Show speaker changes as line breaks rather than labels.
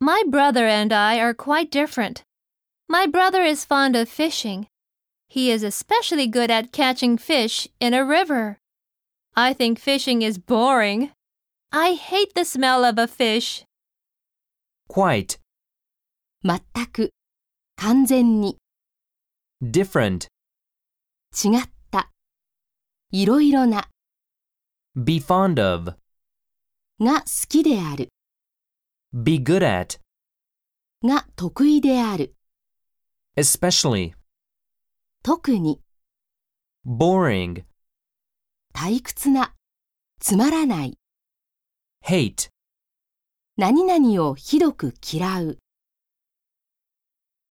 My brother and I are quite different. My brother is fond of fishing. He is especially good at catching fish in a river. I think fishing is boring. I hate the smell of a fish.
Quite.
全く、完全に、
Different.
違った。いろいろな、
Be fond of.
が好きである、
Be good at.
が得意である、
Especially.
特に、
Boring.
退屈な、つまらない、
Hate.
何々をひどく嫌う。